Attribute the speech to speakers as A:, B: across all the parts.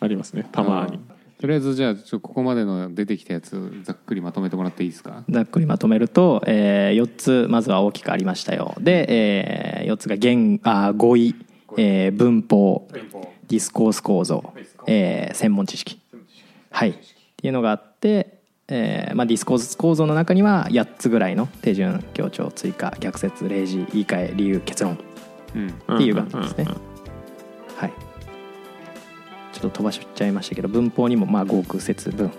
A: ありますねたまに
B: とりあえずじゃあちょっとここまでの出てきたやつざっくりまとめてもらっていいですか
C: ざっくりまとめると、え4つまずは大きくありましたよで、え4つが言あ語彙、えー文法ディスコース構造、えー専門知識はいっていうのがあって、えーまあ、ディスコース構造の中には8つぐらいの手順強調追加逆説例示言い換え理由結論
B: うん
C: っていう感じですね、はいちょっと飛ばしちゃいましたけど文法にもまあ合句節文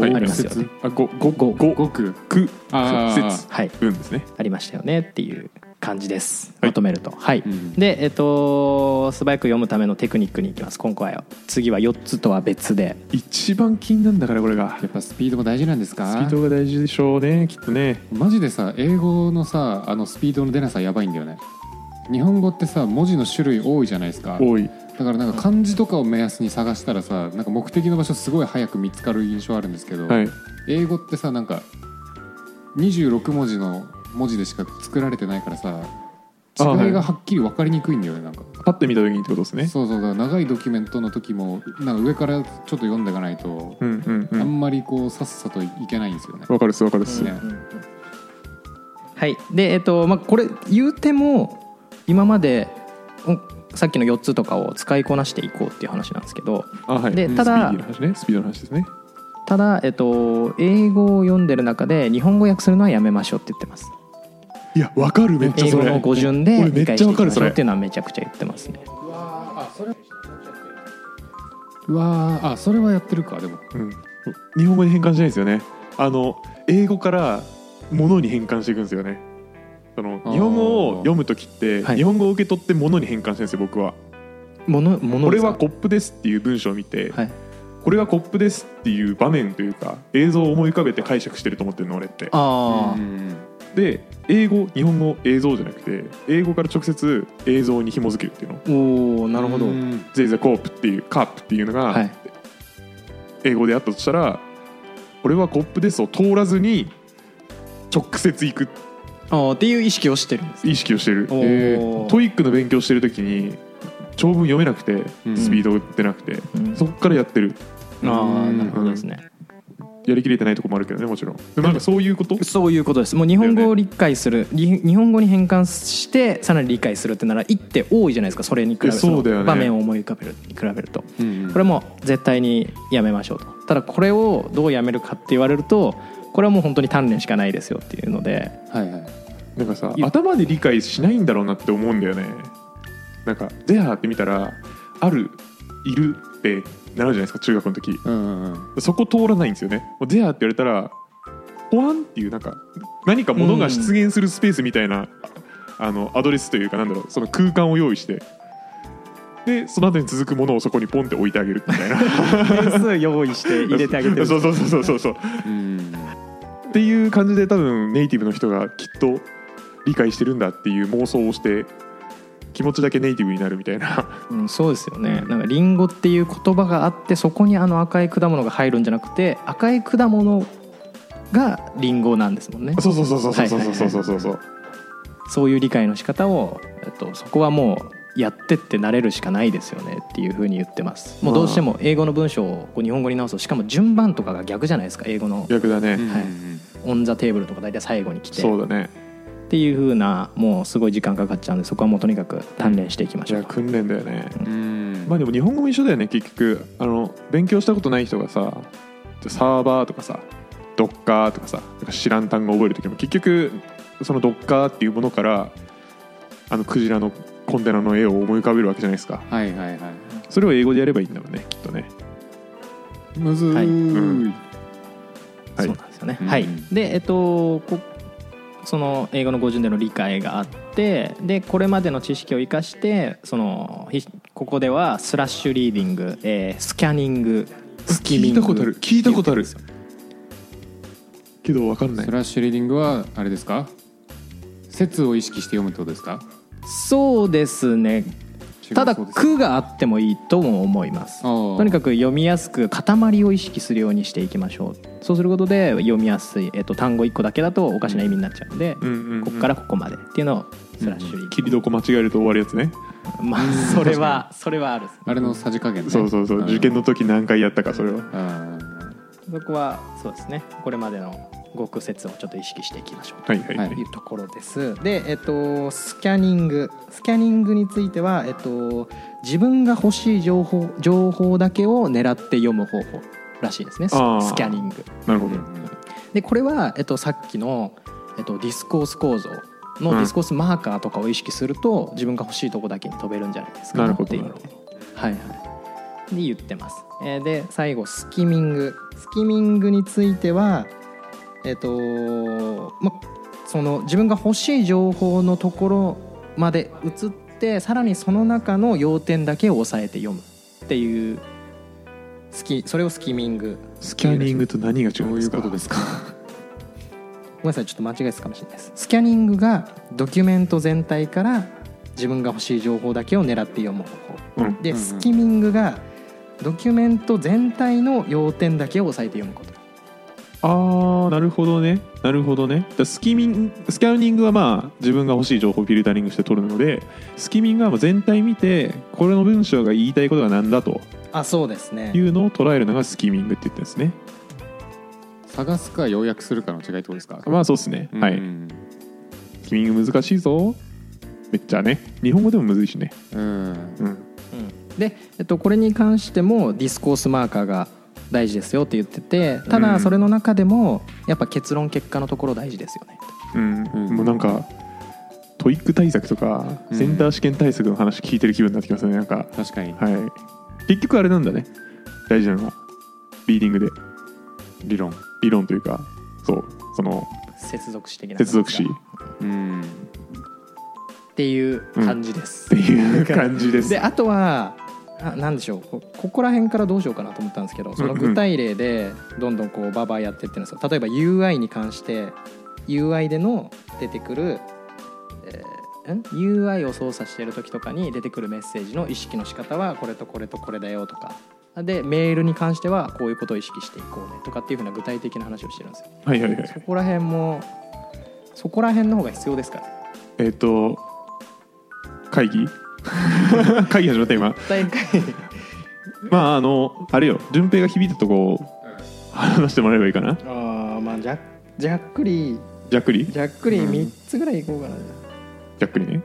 A: はい
C: ありますよね
A: 節あごごごご
B: ごく
A: く
B: あー
A: 節
C: はい
A: 分ですね
C: ありましたよねっていう感じです
A: はい
C: まとめるとはい、
B: うん
C: でえっと素早く読むためのテクニックに行きます今回は次は4つとは別で
A: 一番気になるんだからこれが
B: やっぱスピードも大事なんです
A: スピ
B: か
A: ードが大事でしょうねきっとね
B: マジでさ英語のさあのスピードの出なさやばいんだよね日本語ってさ文字の種類多いじゃないですか
A: 多い
B: だからなんか漢字とかを目安に探したらさなんか目的の場所すごい早く見つかる印象あるんですけど、
A: はい
B: 英語ってさなんか26文字の文字でしか作られてないからさ
A: あはい
B: 違いがはっきり分かりにくいんだよねなんか、
A: パッて見た時にってことですね
B: そうそうだから長いドキュメントの時もなんか上からちょっと読んでいかないと、
A: うんうんう
B: あ
A: ん
B: んまりこうさっさといけないんですよね。
A: わかるっすわかるっす
B: ね
C: はいでえっとまあこれ言うても今までおさっきの4つとかを使いこなしていこうっていう話なんですけど
A: あはい
C: で
A: うん
C: ただ
A: スピーディーの話ねスピードの話ですね
C: ただえっと英語を読んでる中で日本語訳するのはやめましょうって言ってます
A: いやわかるめっちゃ
C: 英
A: そ
C: 語
A: れ
C: の語順で
A: 俺め
C: 理
A: っ
C: 解
A: ち
C: し
A: ゃわ
C: ていき
A: か
C: ま
A: る
C: し
A: そ
C: ょう
A: れ
C: っていうのはめちゃくちゃ言ってますね
B: うわーあそれはやってるかでも
A: うん日本語に変換しないんですよねあの英語から物に変換していくんですよねその
B: あー
A: 日本語を読む時って
C: はい
A: 日本語を受け取って物に変換してるんですよ僕は
C: もの
A: 「
C: もの
A: こ
C: で
A: れ
C: すか
A: はコップです」っていう文章を見て
C: はい
A: 「これはコップです」っていう場面というか映像を思い浮かべて解釈してると思ってるの俺って
C: ああ、
B: うん
A: で英語日本語映像じゃなくて英語から直接映像に紐付けるっていうの
C: おおなるほど、
B: うん
A: 「ゼイザコープ」っていう「カープ」っていうの
C: は
A: が
C: い
A: 英語であったとしたら「これはコップです」を通らずに直接行く
C: あーっていう意識をしてるんです
A: 意識をしてる
C: おー
A: えートイックの勉強してる時に長文読めなくて
B: うん
A: スピード出なくて、
C: うん
A: そこからやってる
C: ああ
B: うん
C: なるほどですね、
A: やりきれてないとこもあるけどねもちろんでもなんかそういうこと
C: そういうことですもう日本語を理解する、り日本語に変換してさらに理解するってなら一手多いじゃないですかそれに比べ
A: えそうだよね
C: の場面を思い浮かべるに比べると
B: うんうん
C: これも絶対にやめましょうとただこれをどうやめるかって言われるとこれはもう本当に鍛錬しかないですよっていうので
B: はいはい
A: なんかさ
C: いや
A: 頭で理解しないんだろうなって思うんだよねなんか「ゼア」って見たら「ある」「いる」ってなるじゃないですか中学の時
B: うんうんうん
A: そこ通らないんですよね「ゼア」って言われたら「ポワン」っていうなんか何か物が出現するスペースみたいな、あのアドレスというかなんだろうその空間を用意してでその後に続くものをそこにポンって置いてあげるみたいな
C: 点数用意して 入れてあげて る
A: そうそうそうそうそう
B: うん
A: っていう感じで多分ネイティブの人がきっと理解してるんだっていう妄想をして気持ちだけネイティブになるみたいな
C: うん、そうですよねなんかリンゴっていう言葉があってそこにあの赤い果物が入るんじゃなくて赤い果物がリンゴなんですもんね
A: そうそうそうそうそうそうそうそうそう
C: そういう理解の仕方をえっとそこはもうやってって慣れるしかないですよねっていうふうに言ってますもうどうしても英語の文章をこう日本語に直すとしかも順番とかが逆じゃないですか英語の
A: 逆だね、
B: うん
C: はい「オン・ザ・テーブル」とか大体最後に来て
A: そうだね
C: っていうふうなもうすごい時間かかっちゃうんでそこはもうとにかく鍛錬していきま
A: い
C: しょ
A: や
C: うと
A: 訓練だよね
B: うん
A: まあでも日本語も一緒だよね結局あの勉強したことない人がさサーバーとかさドッカーとかさなんか知らん単語を覚える時も結局そのドッカーっていうものからあのクジラのコンテナの絵を思い浮かべるわけじゃないですか
B: はいはいはい
A: それを英語でやればいいんだもんねきっとね
B: むずーい、
C: はい
A: うんはい
C: そうなんですよね。
B: うん
C: はい、で、えっと、こその英語の語順での理解があってでこれまでの知識を生かしてそのひここではスラッシュリーディング、えースキャニングスキミング
A: 聞いたことある聞いたことあるけど分かんない
B: スラッシュリーディングはあれですか説を意識して読むってことですか
C: そうですねただ
B: 違うそうです
C: 句があってもいいとも思います
B: あー
C: とにかく読みやすく塊を意識するようにしていきましょうそうすることで読みやすい、えっと、単語1個だけだとおかしな意味になっちゃうんで、
A: うんうんうん
C: ここからここまでっていうのをスラッシュ E、
A: 切りどこ間違えると終わるやつね
C: まあそれはそれはある
B: あれのさじ加減ね
A: そうそうそう受験の時何回やったかそれは
B: うん
C: そこはそうですねこれまでの極説をちょっと意識していきましょう
A: はいはい、は
B: はいい
C: というところですで、えっと、スキャニングスキャニングについては、えっと、自分が欲しい情報情報だけを狙って読む方法らしいですねス
A: あー
C: スキャニング
A: なるほ
B: う
A: ど、
B: ん
C: でこれは、えっと、さっきの、えっと、ディスコース構造の
A: うん
C: ディスコースマーカーとかを意識すると、自分が欲しいとこだけに飛べるんじゃないですか
A: なるほど
C: っていうのではいはいで言ってます、えーで最後スキミングスキミングについてはえっ、とまその自分が欲しい情報のところまで移ってさらにその中の要点だけを押さえて読むっていうスキそれをスキミング
A: スキャニングと何が違う
B: ど
A: ん
B: う
A: で
B: い
A: す
B: う
A: か
B: ことですか
C: ごめんなさいちょっと間違えたかもしれないですスキャニングがドキュメント全体から自分が欲しい情報だけを狙って読む方法
A: うん
C: で、
B: うんうん
C: スキミングがドキュメント全体の要点だけを押さえて読むこと
A: ああなるほどねなるほどねだからスキミンスキャニングはまあ自分が欲しい情報をフィルタリングして取るのでスキミングはもう全体見てこれの文章が言いたいことが何だと
C: あそうですね
A: いうのを捉えるのがスキミングって言ってんですね
B: 探すか要約するかの違いってことですか
A: まあそうですね、
B: うん
A: はいスキミング難しいぞめっちゃね日本語でもむずいしね
B: うん
A: うん
C: で、えっと、これに関してもディスコースマーカーが大事ですよって言っててた
A: う
C: だ
A: ん
C: それの中でもやっぱ結論結果のところ大事ですよね
A: うん、
B: うん
A: もうなんかトイック対策とか
B: うん
A: センター試験対策の話聞いてる気分になってきますねなんか
B: 確かに
A: はい結局あれなんだね大事なのはリーディングで
B: 理論
A: 理論というかそうその
C: 接続詞的な
A: 接続詞っ
B: うん
C: っていう感じです、
A: ていう感じです
C: であとはあなんでしょうこここら辺からどうしようかなと思ったんですけどその具体例でどんどんこうバーバーやってってるんですよ例えば UI に関して UI での出てくる、えーん UI を操作してる時とかに出てくるメッセージの意識の仕方はこれとこれとこれだよとかでメールに関してはこういうことを意識していこうねとかっていうふうな具体的な話をしてるんですよ
A: はいはいは
C: そ
A: い
C: こら辺もそこら辺の方が必要 ですからね
A: えっ、と会議 会議始まった今
C: 大会
A: まああのあれよ順平が響いたとこを話してもらえばいいかな
C: ああまあじゃじゃっくり
A: じゃっくり
C: ゃっくり
A: うん
C: 三つぐらいいこうかな、
A: じゃっくりね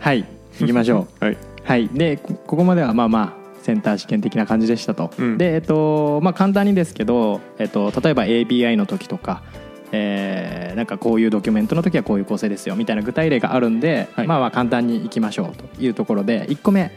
C: はい行きましょう
A: はい
C: はいでこここまではまあまあセンター試験的な感じでしたと、
A: うん
C: でえっとまあ簡単にですけど、えっと、例えば ABI の時とかえーなんかこういうドキュメントの時はこういう構成ですよみたいな具体例があるんで、
A: はい
C: まあまあ簡単にいきましょうというところで1個目、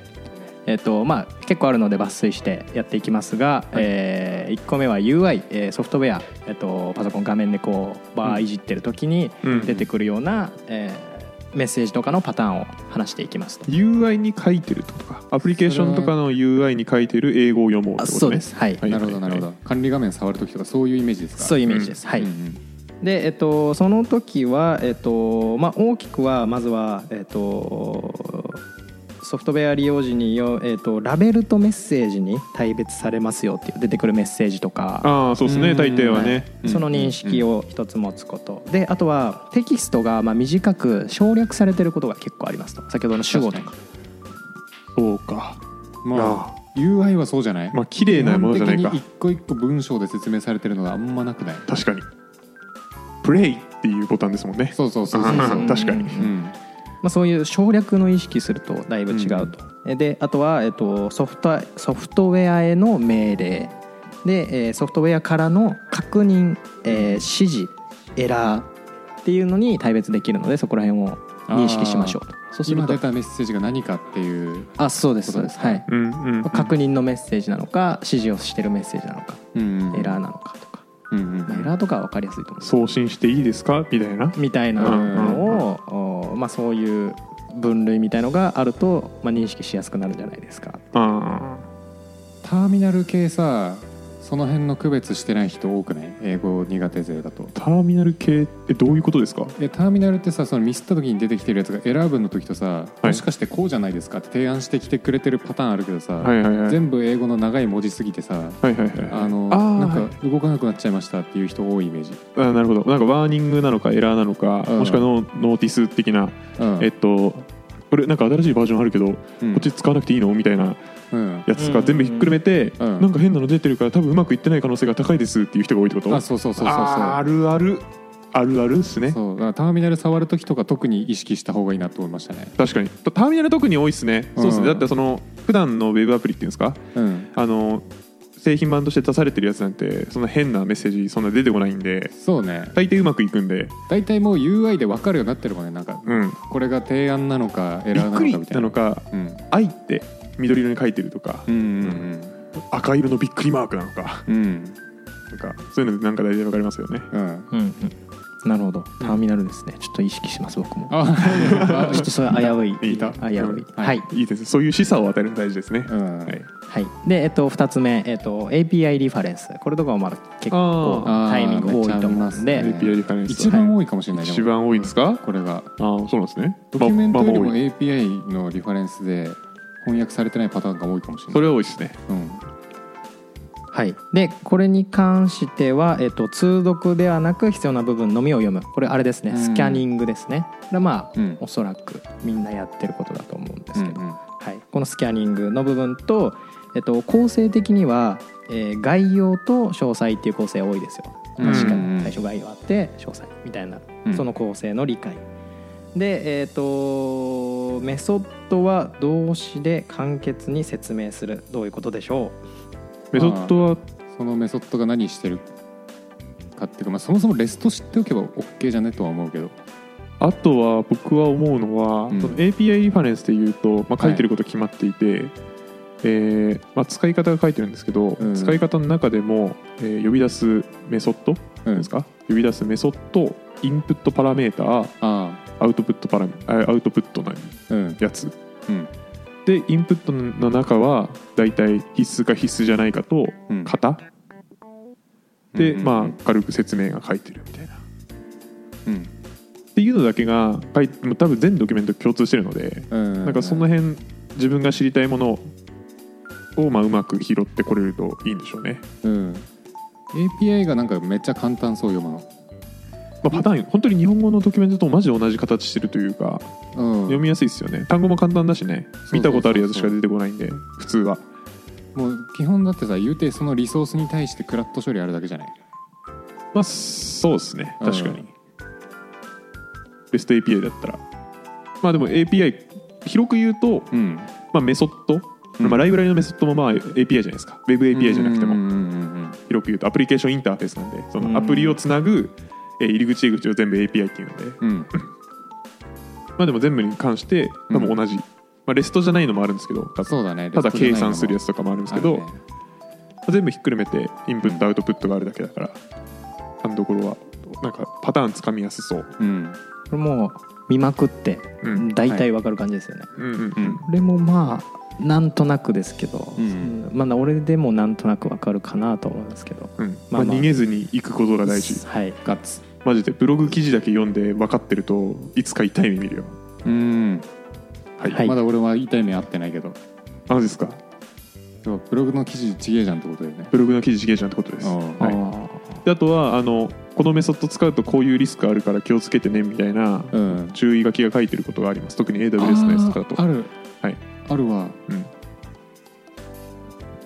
C: えっとまあ、結構あるので抜粋してやっていきますが、え1個目は UI、えーソフトウェア、えっと、パソコン画面でこうバーいじってる時に
A: うん
C: 出てくるような、えーメッセージとかのパターンを話していきますと。
A: UI に書いてるってことかアプリケーションとかの UI に書いてる英語を読もうってことね
C: はい、
A: はい
B: なるほどなるほど管理画面触るときとかそういうイメージですか
C: そういうイメージです、はい、で、えっと、その時は、えっとまあ、大きくはまずは、えっと、ソフトウェア利用時によ、えっと、ラベルとメッセージに大別されますよっていう出てくるメッセージとか
A: ああそうです
B: う
A: ね
B: ん
A: 大抵はね、
B: うん
C: その認識を一つ持つこと、であとはテキストがまあ短く省略されてることが結構ありますと先ほどの主語とか
A: そうか
B: まあ UI はそうじゃない
A: まあ綺麗なものじゃない
B: 基
A: か
B: 本的に一個一個文章で説明されてるのがあんまなくない
A: 確かにプレイっていうボタンですもんね
B: そうそうそうそうそう
A: うん確かに
B: うん
C: まあ、そういう省略の意識するとだいぶ違うと、えであとは、えっと、ソフトソフトウェアへの命令で、えーソフトウェアからの確認、えー指示エラーっていうのに対別できるのでそこら辺を認識しましょうとそうする
B: 今
C: と
B: 出たメッセージが何かっていう
C: あそうですそうです
B: こと
C: は
B: です
C: い、
A: うんうんうん、
C: 確認のメッセージなのか指示をしてるメッセージなのか
B: うん
C: エラーなのかとか、
B: うんうん
C: まあエラーとかは分かりやすいと思うんです
A: 送信していいですかみたいな
C: みたいなのを、おまあ、そういう分類みたいのがあると、まあ、認識しやすくなるんじゃないですか
A: あ
B: ターミナル系さその辺の区別してない人多くない英語苦手勢だと
A: ターミナル系ってどういうことですか
B: えターミナルってさそのミスった時に出てきてるやつが選ぶの時とさ、
A: い
B: もしかしてこうじゃないですかって提案してきてくれてるパターンあるけどさ、
A: はいはいはい
B: 全部英語の長い文字すぎてさ
A: はいはいはい
B: あの
A: あー
B: なんか動かなくなっちゃいましたっていう人多いイメージ、
A: あなるほどなんかワーニングなのかエラーなのか、
B: うん
A: もしくはノーノーティス的な、
B: うん
A: えっとこれなんか新しいバージョンあるけど、こ
B: うん
A: っち使わなくていいのみたいな
B: うん、
A: やつとか
C: うん
A: 全部ひっくるめて、
B: うん
A: なんか変なの出てるから多分うまくいってない可能性が高いですっていう人が多いってこと
B: あそうそうそうそうそう
A: あーあるあるあるあるっすね
B: そうだからターミナル触る時とか特に意識した方がいいなと思いましたね
A: 確かにターミナル特に多いっすね、そうっす
B: うん
A: ねだってその普段のウェブアプリっていうんですか
B: うん
A: あの製品版として出されてるやつなんてそんな変なメッセージそんな出てこないんで
B: そうね
A: 大抵うまくいくんで
B: 大体もう UI で分かるようになってるもんねなんか
A: うん
B: これが提案なのかエ
A: び
B: ラ
A: っ
B: ーな
A: く
B: の
A: り
B: かみた
A: ない
B: な
A: のか
B: うん
A: 愛って緑色に書いてるとか、
B: うんうん
A: 赤色のびっくりマークなのか
B: うんうん
A: なんかそういうのなんか大体わかりますよね
B: うん
C: うんうんなるほどターミナルですねちょっと意識します僕も
B: あ
C: ちょっとそれ危うい
A: いい
C: 危うい
A: うん
C: はい
A: いいですねそういう示唆を与えるの大事ですね、
B: うん
A: はい、
C: はい、で、えっと、2つ目、えっと、API リファレンスこれとかはまだ結構
B: あー
C: タイミング多い
B: めっちゃ
C: と思う
B: あります
C: んで、
B: ね
A: API リファレンス
B: 一番多いかもしれないでも
A: 一番多いんですか、
B: これが
A: ああそうなんですね
B: ドキュメントより
A: まあ
B: も
A: まあ多い
B: API のリファレンスで翻訳されてないパターンが多いかもしれな
A: そ
B: い
A: れは多いですね
B: うん
C: はい、でこれに関しては、えっと、通読ではなく必要な部分のみを読むこれあれですね
B: うん
C: スキャニングですねこれはまあ、
B: うん
C: おそらくみんなやってることだと思うんで
B: う
C: すけど、
B: ん
C: はい、このスキャニングの部分と、えっと、構成的には、えー概要と詳細っていう構成多いですよ
B: うん
C: 確か
B: うんうん
C: に最初概要あって詳細みたいな、
B: うん
C: その構成の理解で、えっとメソッドは動詞で簡潔に説明するどういうことでしょ
A: メソッドは
B: そのメソッドが何してるかっていうか、まあ、そもそもレスト知っておけば OK じゃねとは思うけど
A: あとは僕は思うのは、
B: うん
A: その API リファレンスでいうと、まあ、書いてること決まっていて、えーまあ、使い方が書いてるんですけど、
B: うん
A: 使い方の中でも、えー呼び出すメソッド
B: うん
A: ですか、呼び出すメソッドインプットパラメーター
B: あ
A: アウトプットパラメあアウトプットの
B: あうん
A: やつ
B: うん
A: でインプットの中はだいたい必須か必須じゃないかと
B: うん
A: 型、で、
B: うん
A: まあ、軽く説明が書いてるみたいな
B: うん
A: っていうのだけが書いもう多分全ドキュメント共通してるので
B: うん
A: なんかその辺自分が知りたいものをまあうまく拾ってこれるといいんでしょうね、
B: うん、API がなんかめっちゃ簡単そう読むの、
A: まあ、パターン本当に日本語のドキュメントとマジで同じ形してるというか
B: うん、
A: 読みやすいですよね単語も簡単だしね
B: そう
A: 見たことあるやつしか出てこないんで普通は
B: もう基本だってさ言うてそのリソースに対してクラット処理あるだけじゃない
A: まあそうですね
B: うん
A: 確かにベスト API だったらまあでも API 広く言うと、
B: うん
A: まあ、メソッド、
B: うん
A: まあ、ライブラリのメソッドもまあ API じゃないですか WebAPI じゃなくても
B: うんうんうん
A: 広く言うとアプリケーションインターフェースなんでそ
C: うん
A: のアプリをつなぐえー入り口出口を全部 API っていうので、
B: うんうん
A: まあ、でも全部に関して多分同じ、まあ、レストじゃないのもあるんですけどた
B: そうだね
A: ただ計算するやつとかもあるん
B: で
A: ですけど、まあ全部ひっくるめてインプットアウトプットがあるだけだからあのところはなんかパターンつかみやすそう、
B: うん
C: うこれもう見まくって
A: うん
C: 大体わかる感じですよね、
A: うんうん
B: う
A: うんん
C: これもまあなんとなくですけど、
B: うん
C: まだ俺でもなんとなくわかるかなと思うんですけど
A: うんま
C: まあ
A: あ、
C: まあ
A: 逃げずに行くことが大事
C: はい
B: ガッツ
A: マジでブログ記事だけ読んで分かってるといつか痛い目見るよ
B: うん、
A: はい、
C: はい
B: まだ俺は痛い目合ってないけど
A: あマジですか
B: でもブログの記事ちげえじゃんってことだよね
A: ブログの記事ちげえじゃんってことです、
B: うん
A: はいであとはあのこのメソッド使うとこういうリスクあるから気をつけてねみたいな
B: うん
A: 注意書きが書いてることがあります特に AWS のやつとかだと
B: あーある、
A: はい、
B: あるわ
A: うん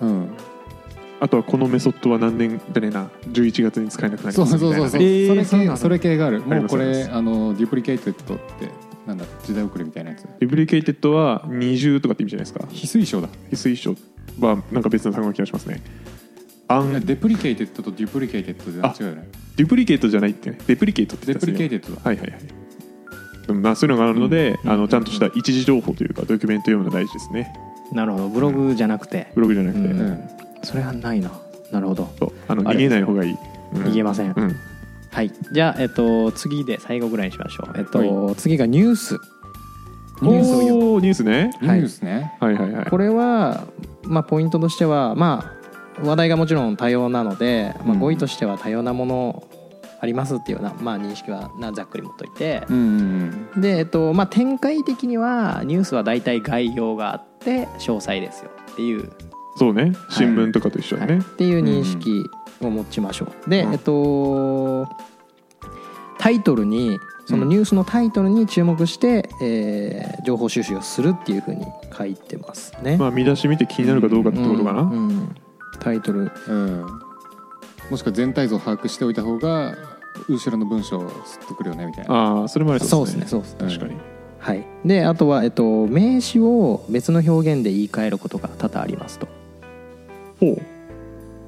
B: うん
A: あとはこのメソッドは何年じゃねえな11月に使えなくなり
B: そう
A: ます
B: そう
A: みたいな
B: そうそう、
A: ね
C: えー
B: それ
C: そうなの
B: 系それ系がある
A: あり
B: もう
A: ます
B: こ
A: あり
B: れ
A: ます
B: あのデュプリケイテッドってなんだ時代遅れみたいなやつ
A: デュプリケイテッドは20とかって意味じゃないですか
B: 非推奨だ
A: 非推奨はなんか別の単語な気がしますねアンデ
B: デプリケイテッドとデュプリケイテッドで
A: あ
B: 違うよね
A: ュプリケイトじゃないってねデプリケイトって
B: デ
A: 言っ
B: プ
A: たん
B: リ
A: です
B: ケ
A: よ
B: イテッドだ
A: はいはいはいでもまあそういうのがあるので、
C: うん
A: あのちゃんとした一時情報というかドキュメント読むの大事ですね
C: なるほどブログじゃなくて、
A: ブログじゃなくて、
C: う
B: うんん
C: それはないななるほど
A: そうあの
C: あ
A: 逃げ
C: れ
A: ない方がいい、うん
C: 逃げません、
A: うん
C: はいじゃあ、えっと、次で最後ぐらいにしましょう、えっと
B: は
C: 次がニュース
A: お
C: ニュースを読む
A: ーニュースね
B: ニュースね
A: はいはいはい
C: これは、まあ、ポイントとしては、まあ話題がもちろん多様なので、まあ、
B: うん
C: 語彙としては多様なものありますっていうような、まあ、認識はなざっくり持っといて、
B: うんうん
C: で、えっとまあ、展開的にはニュースは大体概要があって詳細ですよっていう
A: そうね新聞とかと一緒だ
C: はい、
A: ね、
C: っていう認識を持ちましょう、で、
A: うん
C: えっとタイトルにそのニュースのタイトルに注目して、えー情報収集をするっていうふうに書いてますね、
A: まあ見出し見て気になるかどうかってことかな、
C: うんうんタイトル
B: うんもしくは全体像を把握しておいた方が後ろの文章をすっとくるよねみたいな
A: ああそれもあり
C: そ
A: そうう
C: で
A: ですす
C: ね
A: ね
C: そうです
A: 確
C: ね
A: かに、
C: はいであとは、えっと、名詞を別の表現で言い換えることが多々ありますと
A: ほう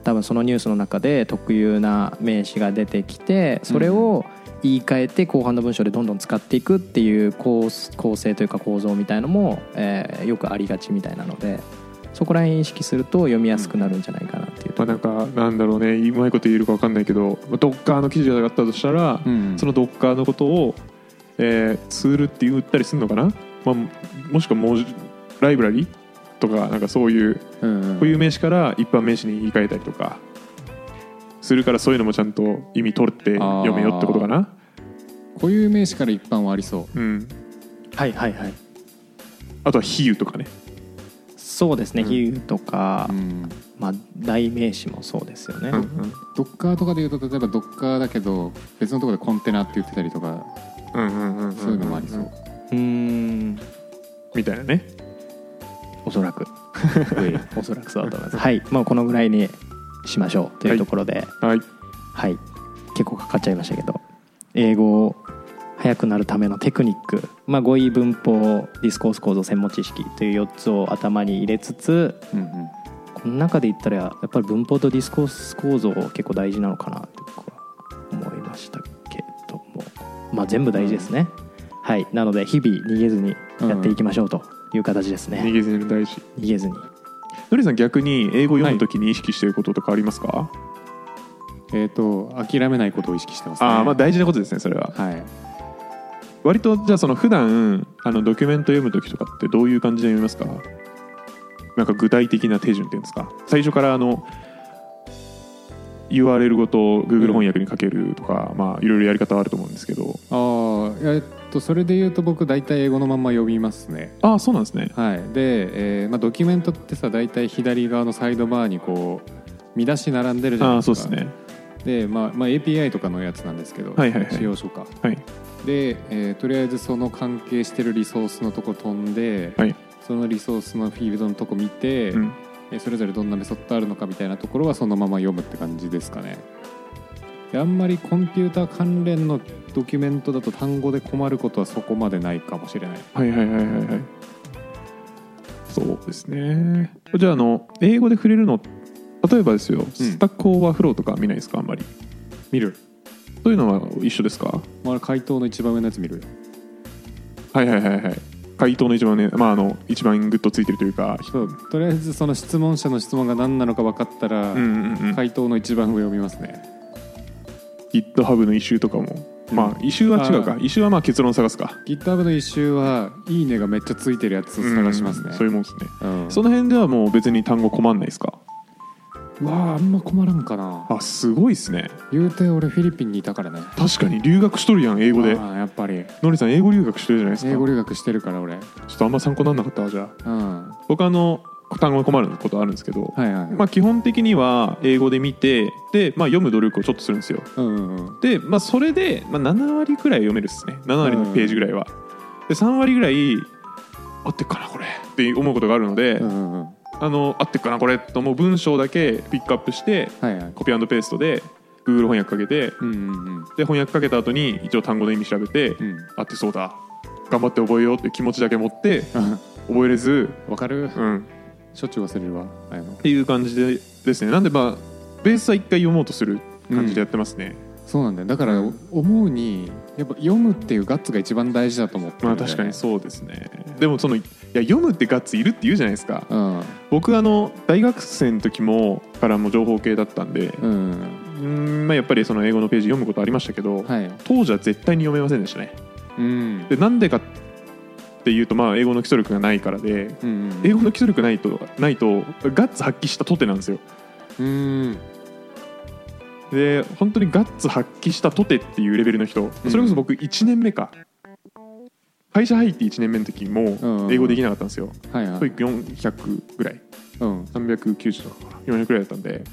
C: 多分そのニュースの中で特有な名詞が出てきてそれを言い換えて後半の文章でどんどん使っていくっていう構構成というか構造みたいのも、えーよくありがちみたいなのでそこら辺意識すると読みやすくなるんじゃないかなっていうと
A: まあなんかなんだろうねうまいこと言えるか分かんないけどまあドッカーの記事があったとしたら、
B: うん
A: そのドッカーのことを、えーツールって言ったりするのかな、まあ、もしくは文字ライブラリとかなんかそういう
B: うん
A: 固有名詞から一般名詞に言い換えたりとかするからそういうのもちゃんと意味取って読めよってことかな
B: 固有名詞から一般はありそ
A: うん
C: はいはいはい
A: あとは比喩とかね
C: そうですね、
A: うん
C: 比喩とか、
B: う、うん、
C: まあ、代名詞もそうですよね、
A: うんうん
B: ドッカーとかでいうと例えばドッカーだけど別のところでコンテナって言ってたりとか
A: うんうんうんんん
B: そういうのもありそう
C: うーん
A: みたいなね
C: おそらくおそらくそうだと思いますはいまあこのぐらいにしましょうというところで、
A: はい
C: はい結構かかっちゃいましたけど英語を速くなるためのテクニック、まあ、語彙文法ディスコース構造専門知識という4つを頭に入れつつ
B: うんうん
C: この中で言ったらやっぱり文法とディスコース構造結構大事なのかなって僕は思いましたけどもまあ全部大事ですね、はいなので日々逃げずにやっていきましょうという形ですね、
A: 逃げずに大事
C: 逃げずに
A: のりさん逆に英語読むときに意識していることとかありますか、
B: えっ、と諦めないことを意識してますね
A: ああまあ大事なことですねそれは
B: はい
A: 割とじゃあその普段あのドキュメント読む時とかってどういう感じで読みますかなんか具体的な手順っていうんですか最初からあの URL ごと Google 翻訳にかけるとか、まあいろいろやり方はあると思うんですけど
B: あーえっとそれで言うと僕大体英語のまんま読みますね
A: ああそうなんですね
B: はいで、えーまあ、ドキュメントってさ大体左側のサイドバーにこう見出し並んでるじゃない
A: あ
B: で
A: あ
B: すか
A: そうですね
B: で、まあまあ、API とかのやつなんですけど、
A: はいはいはい
B: 使用書か
A: はい
B: で、えーとりあえずその関係してるリソースのとこ飛んで、
A: はい
B: そのリソースのフィールドのとこ見て、
A: うん
B: えーそれぞれどんなメソッドあるのかみたいなところはそのまま読むって感じですかねであんまりコンピューター関連のドキュメントだと単語で困ることはそこまでないかもしれない
A: はいはいはいはいはいそうですねじゃああの英語で触れるの例えばですよスタックオーバーフローとか見ないですかあんまり
B: 見る、
A: そういうのは一緒ですか
B: まあ、回答の一番上のやつ見るよ
A: はいはいはいはい回答の一番ね、まあ、あの一番グッとついてるというか、
B: そうとりあえずその質問者の質問が何なのか分かったら、
A: うんうんうん
B: 回答の一番上を見ますね
A: GitHub のイシューとかも、まあイシューは違う
B: あ
A: かイシューはまあ結論探すか
B: GitHub の一周はいいねがめっちゃついてるやつを探しますね、
A: うんそういうもんですね、
B: うん
A: その辺ではもう別に単語困んないですか
B: うわああんま困らんかな
A: あすごいですね
B: 言うて俺フィリピンにいたからね
A: 確かに留学しとるやん英語で
B: ああやっぱり
A: のりさん英語留学してるじゃないですか
B: 英語留学してるから俺
A: ちょっとあんま参考になんなかったわじゃあ
B: うん
A: 僕あの単語が困ることあるんですけど、
B: はいはい、
A: まあ、基本的には英語で見てで、まあ、読む努力をちょっとするんですよ
B: うんうんうん
A: で、まあ、それで、まあ、7割くらい読めるっすね7割のページぐらいは、で3割ぐらい合ってっかなこれって思うことがあるので、
B: うんうんうんは
A: あの合ってっかなこれと思う文章だけピックアップして
B: いはい
A: コピーペーストで Google 翻訳かけて
B: うんうんうん
A: で翻訳かけた後に一応単語の意味調べて、
B: うん
A: 合ってそうだ頑張って覚えようっていう気持ちだけ持って
B: あ
A: 覚えれず、
B: わかる
A: うん、っ
B: しょっちゅう忘れるわああいうの
A: ていう感じでですねなんでまあベースは一回読もうとする感じでやってますね、
B: そうなんだよだから
A: う
B: 思うにやっぱ読むっていうガッツが一番大事だと思ってる
A: ま
B: ん
A: あ
B: だよね
A: 確かにそうですねでもそのいや読むってガッツいるって言うじゃないですか
B: うん
A: 僕あの大学生の時もからも情報系だったんで
B: うんうん
A: うーん、まあ、やっぱりその英語のページ読むことありましたけど、
B: うんはい
A: 当時は絶対に読めませんでしたね
B: うん
A: でなんでかっていうとまあ英語の基礎力がないからで
B: うんうん
A: 英語の基礎力ないとないとガッツ発揮したとてなんですよ
B: うん
A: で本当にガッツ発揮したとてっていうレベルの人
B: うん
A: それこそ僕1年目か会社入って1年目の時
B: う
A: も
B: ん
A: 英語できなかったんですよ
B: はいはい、
A: 400ぐらい
B: うん、
A: 390とか400ぐらいだったんで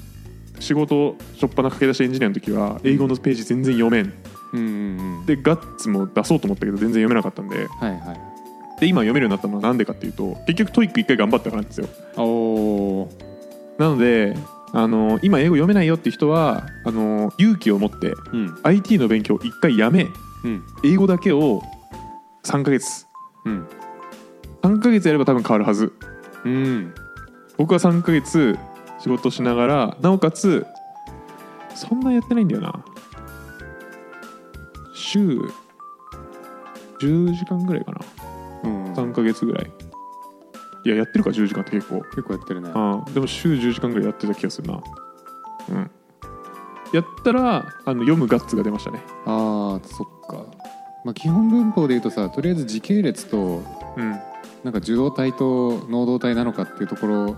A: 仕事しょっぱな駆け出しエンジニアの時は英語のページ全然読めん
B: うんうんうん
A: でガッツも出そうと思ったけど全然読めなかったんで
B: はいはい
A: で今読めるようになったのはなんでかっていうと結局トイック1回頑張ったからなんですよ
B: おお
A: なのであの今英語読めないよって人はあの勇気を持って
B: うん
A: IT の勉強を1回やめ
B: うん
A: 英語だけを3ヶ月
B: うん
A: 3ヶ月やれば多分変わるはず
B: うん
A: 僕は3ヶ月仕事しながらなおかつそんなやってないんだよな週10時間ぐらいかな
B: うん
A: 3ヶ月ぐらいいややってるか10時間って結構
B: 結構やってるね
A: ああでも週10時間ぐらいやってた気がするなうんやったらあの読むガッツが出ましたね
B: あーそっか、まあ、基本文法でいうとさとりあえず時系列と
A: うん
B: なんか受動体と能動体なのかっていうところ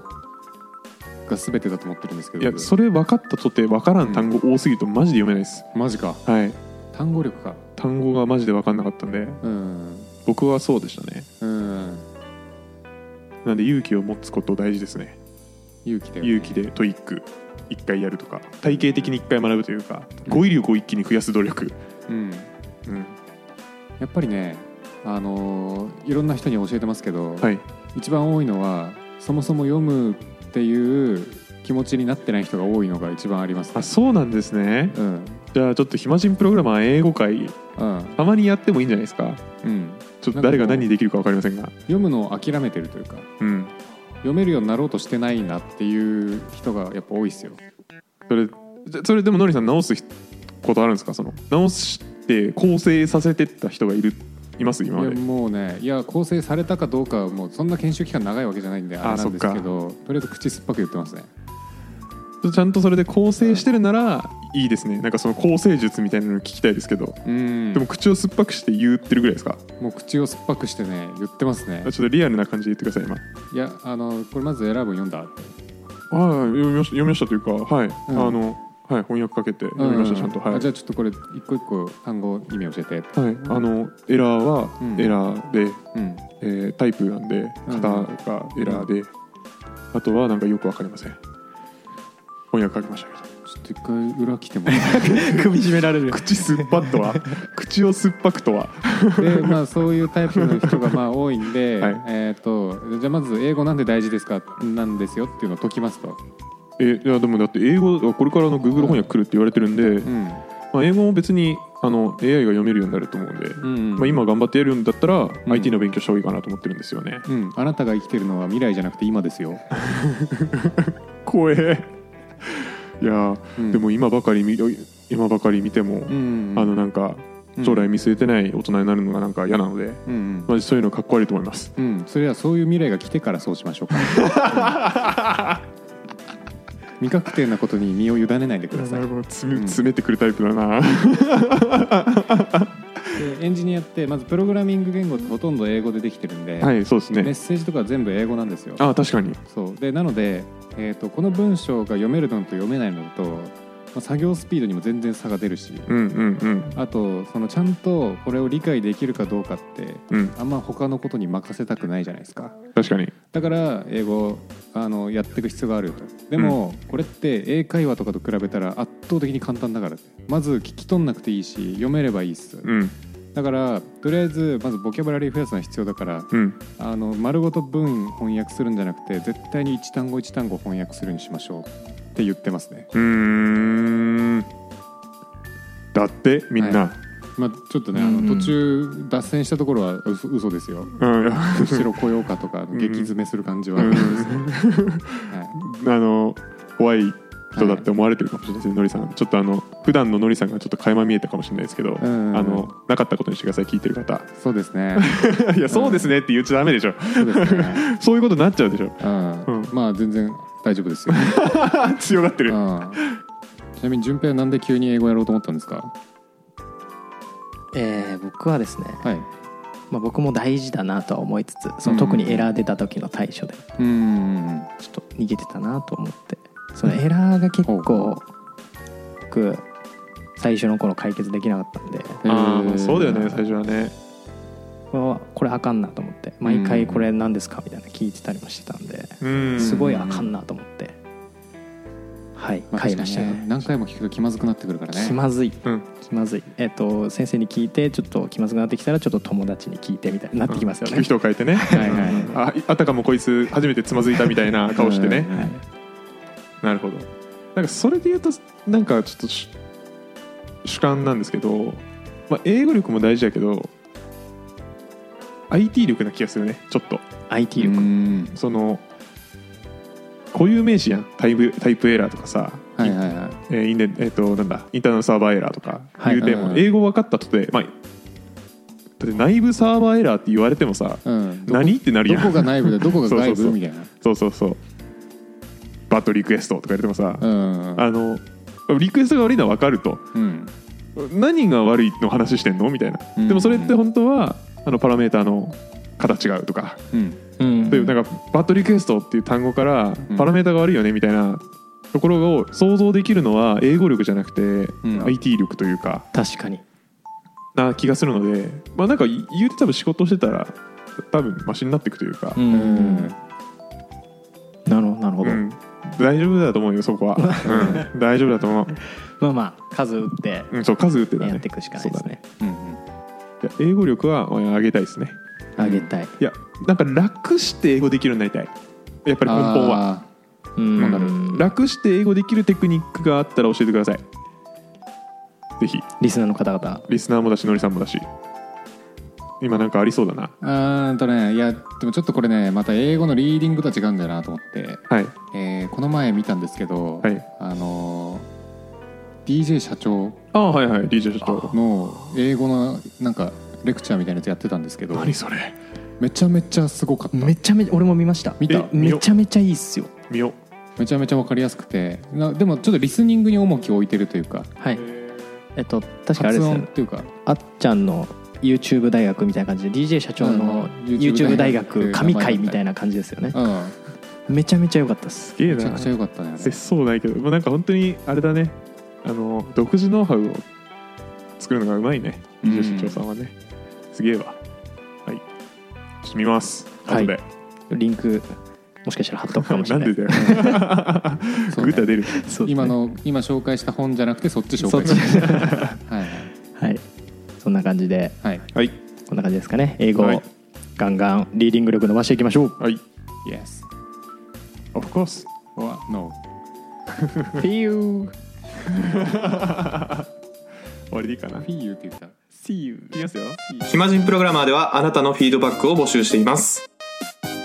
B: が全てだと思ってるんですけど
A: いや
B: 僕
A: それ分かったとて分からん単語多すぎるとマジで読めないです、
B: マジか
A: はい
B: 単語力か
A: 単語がマジで分かんなかったんで
B: うん
A: 僕はそうでしたね
B: うん
A: なんで勇気を持つこと大事ですね
B: 勇気だよね
A: 勇気でトイック1回やるとか体系的に1回学ぶというか語彙力を一気に増やす努力、
B: うん
A: うん
B: やっぱりねあのーいろんな人に教えてますけど、
A: はい
B: 一番多いのはそもそも読むっていう気持ちになってない人が多いのが一番ありますね
A: あそうなんですね
B: うん
A: じゃあちょっと暇人プログラマー英語会
B: うん
A: たまにやってもいいんじゃないですか
B: うん
A: ちょっと誰が何できるか分かりませんが
B: 読むのを諦めてるというか
A: うん
B: 読めるようになろうとしてないなっていう人がやっぱ多いですよ
A: それじゃそれでもノリさん直すことあるんですかその直して構成させてった人がいるいます
B: い
A: 今
B: や
A: まで
B: もうねいや構成されたかどうかはもうそんな研修期間長いわけじゃないんで
A: あ
B: あれなんですけ
A: そ
B: どとりあえず口酸っぱく言ってますね
A: ちゃんとそれで構成してるならいいですねなんかその構成術みたいなの聞きたいですけど
B: うん
A: でも口を酸っぱくして言ってるぐらいですか
B: もう口を酸っぱくしてね言ってますね
A: あちょっとリアルな感じで言ってください今
B: いやあのこれまず選ぶ読んだって
A: はい、読みました読みましたというか、はい、
B: ん
A: あの、はい、翻訳かけて読みました、ちゃんと、は
B: あ
A: い
B: じゃ。あちょっとこれ一個一個単語意味教えて
A: はい、あのエラーは
B: うん
A: エラーで、
B: うん
A: えータイプなんで
B: うん
A: 型がエラーで、あとはなんかよくわかりません翻訳かけま したけど
B: ちょっと一回裏来てもらっ
C: 首絞められる
A: 口酸っぱとは 口を酸っぱくとは
B: てで、まあ、そういうタイプの人がまあ多いんで、
A: はい
B: えっ、とじゃあまず英語なんで大事ですかなんですよっていうのを解きますと
A: えいやでもだって英語がこれからの Google 翻訳来るって言われてるんで、
B: うん
A: まあ、英語も別にあの AI が読めるようになると思うんで、
B: うんうん
A: まあ、今頑張ってやるんだったら、
B: ん
A: IT の勉強した方がいいかなと思ってるんですよね
B: うん、あなたが生きてるのは未来じゃなくて今で すよ。
A: 怖えいやー、
B: うん
A: でも今ばかり見今ばかり見ても、
B: ん
A: あのなんか将来見据えてない大人になるのがなんか嫌なので、
B: うんうん
A: まあ、そういうのかっこ悪いと思います
B: うん、それはそういう未来が来てからそうしましょうか。 未確定なことに身を委ねないでください。
A: 詰め
B: うん
A: 詰めてくるタイプだな
B: でエンジニアってまずプログラミング言語ってほとんど英語でできてるんで、
A: はいそうです
B: メッ
A: ね
B: セージとかは全部英語なんですよ。
A: ああ確かに
B: そうでなので、えー、とこの文章が読めるのと読めないのだと、まあ、作業スピードにも全然差が出るし
A: うんうんうん
B: あとそのちゃんとこれを理解できるかどうかって
A: うん
B: あんま他のことに任せたくないじゃないですか。
A: 確かに
B: だから英語あのやっていく必要があるよとでも、これって英会話とかと比べたら圧倒的に簡単だからってまず聞き取んなくていいし読めればいいっす、
A: うん
B: だからとりあえずまずボキャブラリー増やすのは必要だから
A: うん
B: あの丸ごと文翻訳するんじゃなくて絶対に一単語一単語翻訳するにしましょうって言ってますね、
A: うーんだってみんな、
B: はまあ、ちょっとね、あ
A: うん
B: の途中脱線したところは嘘嘘で すよ
A: うん
B: 後ろ来ようかとか
A: ん
B: 激詰めする感じは、
A: うん
B: はい
A: あの怖い人だって思われてるかもしれないですね、のりさんちょっとあの普段ののりさんがちょっと垣間見えたかもしれないですけど、
B: んうんうん
A: あのなかったことにしてください聞いてる方
B: そうですね
A: いやそうですねって言っちゃダメで しょ
B: そうですね
A: そういうことになっちゃうでしょ
B: うん
A: うん
B: まあ全然大丈 夫ですよ、
A: 強がって
B: う
A: る
B: んちなみに順平はなんで急に英語やろうと思ったんですか
C: えー僕はですね、
B: はい
C: まあ、僕も大事だなとは思いつつそ
B: うん
C: の特にエラー出た時の対処で
B: うんうんうん
C: ちょっと逃げてたなと思ってそのエラーが結構僕最初の頃解決できなかったんで
A: ああま
B: へー
A: あそうだよね最初はね
C: これはこれあかんなと思って毎回これ何ですかみたいな聞いてたりもしてたんで
A: うん
C: すごいあかんなと思ってはい
B: まあ
C: 買いました
B: 確かにね
C: ね
B: 何回も聞くと気まずくなってくるからね
C: 気まずい
A: うん
C: 気まずいえっと先生に聞いてちょっと気まずくなってきたらちょっと友達に聞いてみたいになってきますよ
A: 聞く
C: ね
A: 人を変えてね
B: はいはい
A: あいあたかもこいつ初めてつまずいたみたいな顔してね
B: うん
A: なるほどなんかそれで言うとなんかちょっとし主観なんですけど、まあ、英語力も大事だけど IT 力な気がするねちょっと
C: IT
B: う
C: 力
B: ん
A: その固有名詞やんタイプタイプエラーとかさ、
B: はいはいはい
A: えーインデえー、となんだインターナルサーバーエラーとか
C: はい
A: いうテーマ、
B: うん
A: 英語分かったとて、まあ、だって内部サーバーエラーって言われてもさ
B: うんどこ
A: 何ってなる
B: ど
A: やん
B: こが内部でどこが外
A: そうそうそ
B: 部
A: う
B: みたいな
A: そうそうそうバッドリクエストとか言われてもさ、
B: うん
A: あのリクエストが悪いのは分かると
B: うん
A: 何が悪いの話してんのみたいな、
B: うん
A: でもそれって本当はあのパラメーターの形が合うとか、
B: うん
C: うん
A: というなんかバッドリクエストっていう単語から
B: うん
A: パラメーターが悪いよねみたいなところを想像できるのは英語力じゃなくて、
B: うん
A: IT 力というか
C: 確かに
A: な気がするのでまあなんか言うて多分仕事してたら多分マシになっていくというか、
C: うんなるほどなるほど
A: うん大丈夫だと思うよそ こは、うん、大丈夫だと思う、
C: まあまあ数打って
A: うん、そう数打ってだね
C: やっていくしかないですね
B: うん
A: そうだねいや英語力はうん上げたいですね
C: あげたい
A: いやなんか楽して英語できるようになりたいやっぱり根本は
B: あ
C: うん
B: わかる
A: 楽して英語できるテクニックがあったら教えてくださいぜひ
C: リスナーの方々
A: リスナーもだしのりさんもだし今なんかありそうだな
B: ーあーんとねいやでもちょっとこれねまた英語のリーディングとは違うんだよなと思って、
A: はい
B: えーこの前見たんですけど、
A: はい
B: あのー DJ 社長
A: ああはいはい DJ 社長
B: の英語のなんかレクチャーみたいなやつやってたんですけど
A: 何それ
B: めちゃめちゃすごかった
C: めちゃめちゃ俺も見ました
B: 見た
C: えめちゃめちゃいいっすよ
A: 見よ
B: めちゃめちゃ分かりやすくてなでもちょっとリスニングに重きを置いてるというか
C: はいえっと確かあれ
B: 発
C: ですよ
B: 音
C: ね
B: っていうか
C: あっちゃんの YouTube 大学みたいな感じで DJ 社長の
B: うん
C: YouTube 大学
B: YouTube
C: 神会みたいな感じですよね
B: うん
C: めちゃめちゃ良かったです
A: すげえ
B: めちゃ
A: な
B: くちゃ良かったねあれ
A: 節操ないけど、まあ、なんか本当にあれだねあの独自ノウハウを作るのがうまいね
B: うん
A: DJ 社長さんはねすげえわはいちょっと見ます
C: はい
A: 後で、
C: リンクもしかしたら貼っとくかもしれ
A: なん
C: ない
A: でだよ
B: そうね
A: グータ出る
C: そうですね
B: 今の今紹介した本じゃなくてそっち紹
C: そっ
B: 介
C: ち
B: してるはいはい
C: はいそんな感じで
B: はい
A: はい
C: こんな感じですかね英語
A: はい
C: ガンガンリーディング力伸ばしていきましょう
A: はい
B: Yes
A: Of course
B: or No
C: ピュー
A: 終わりでいいかな
B: Feel って言った
C: See you
A: いきますよ
D: 暇人プログラマーではあなたのフィードバックを募集しています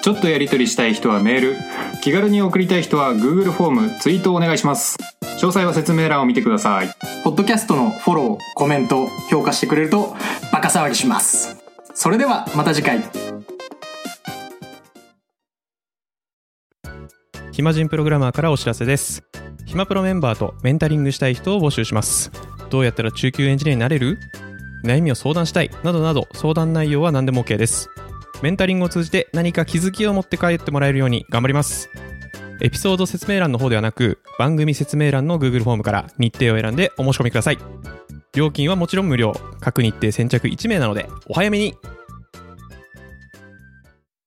D: ちょっとやり取りしたい人はメール気軽に送りたい人は Google フォームツイートをお願いします詳細は説明欄を見てください
E: ポッドキャストのフォロー、コメント、評価してくれるとバカ騒ぎします。それではまた次回。
F: 暇人プログラマーからお知らせです暇プロメンバーとメンタリングしたい人を募集しますどうやったら中級エンジニアになれる悩みを相談したいなどなど相談内容は何でも OK ですメンタリングを通じて何か気づきを持って帰ってもらえるように頑張りますエピソード説明欄の方ではなく番組説明欄の Google フォームから日程を選んでお申し込みください料金はもちろん無料各日程先着1名なのでお早めに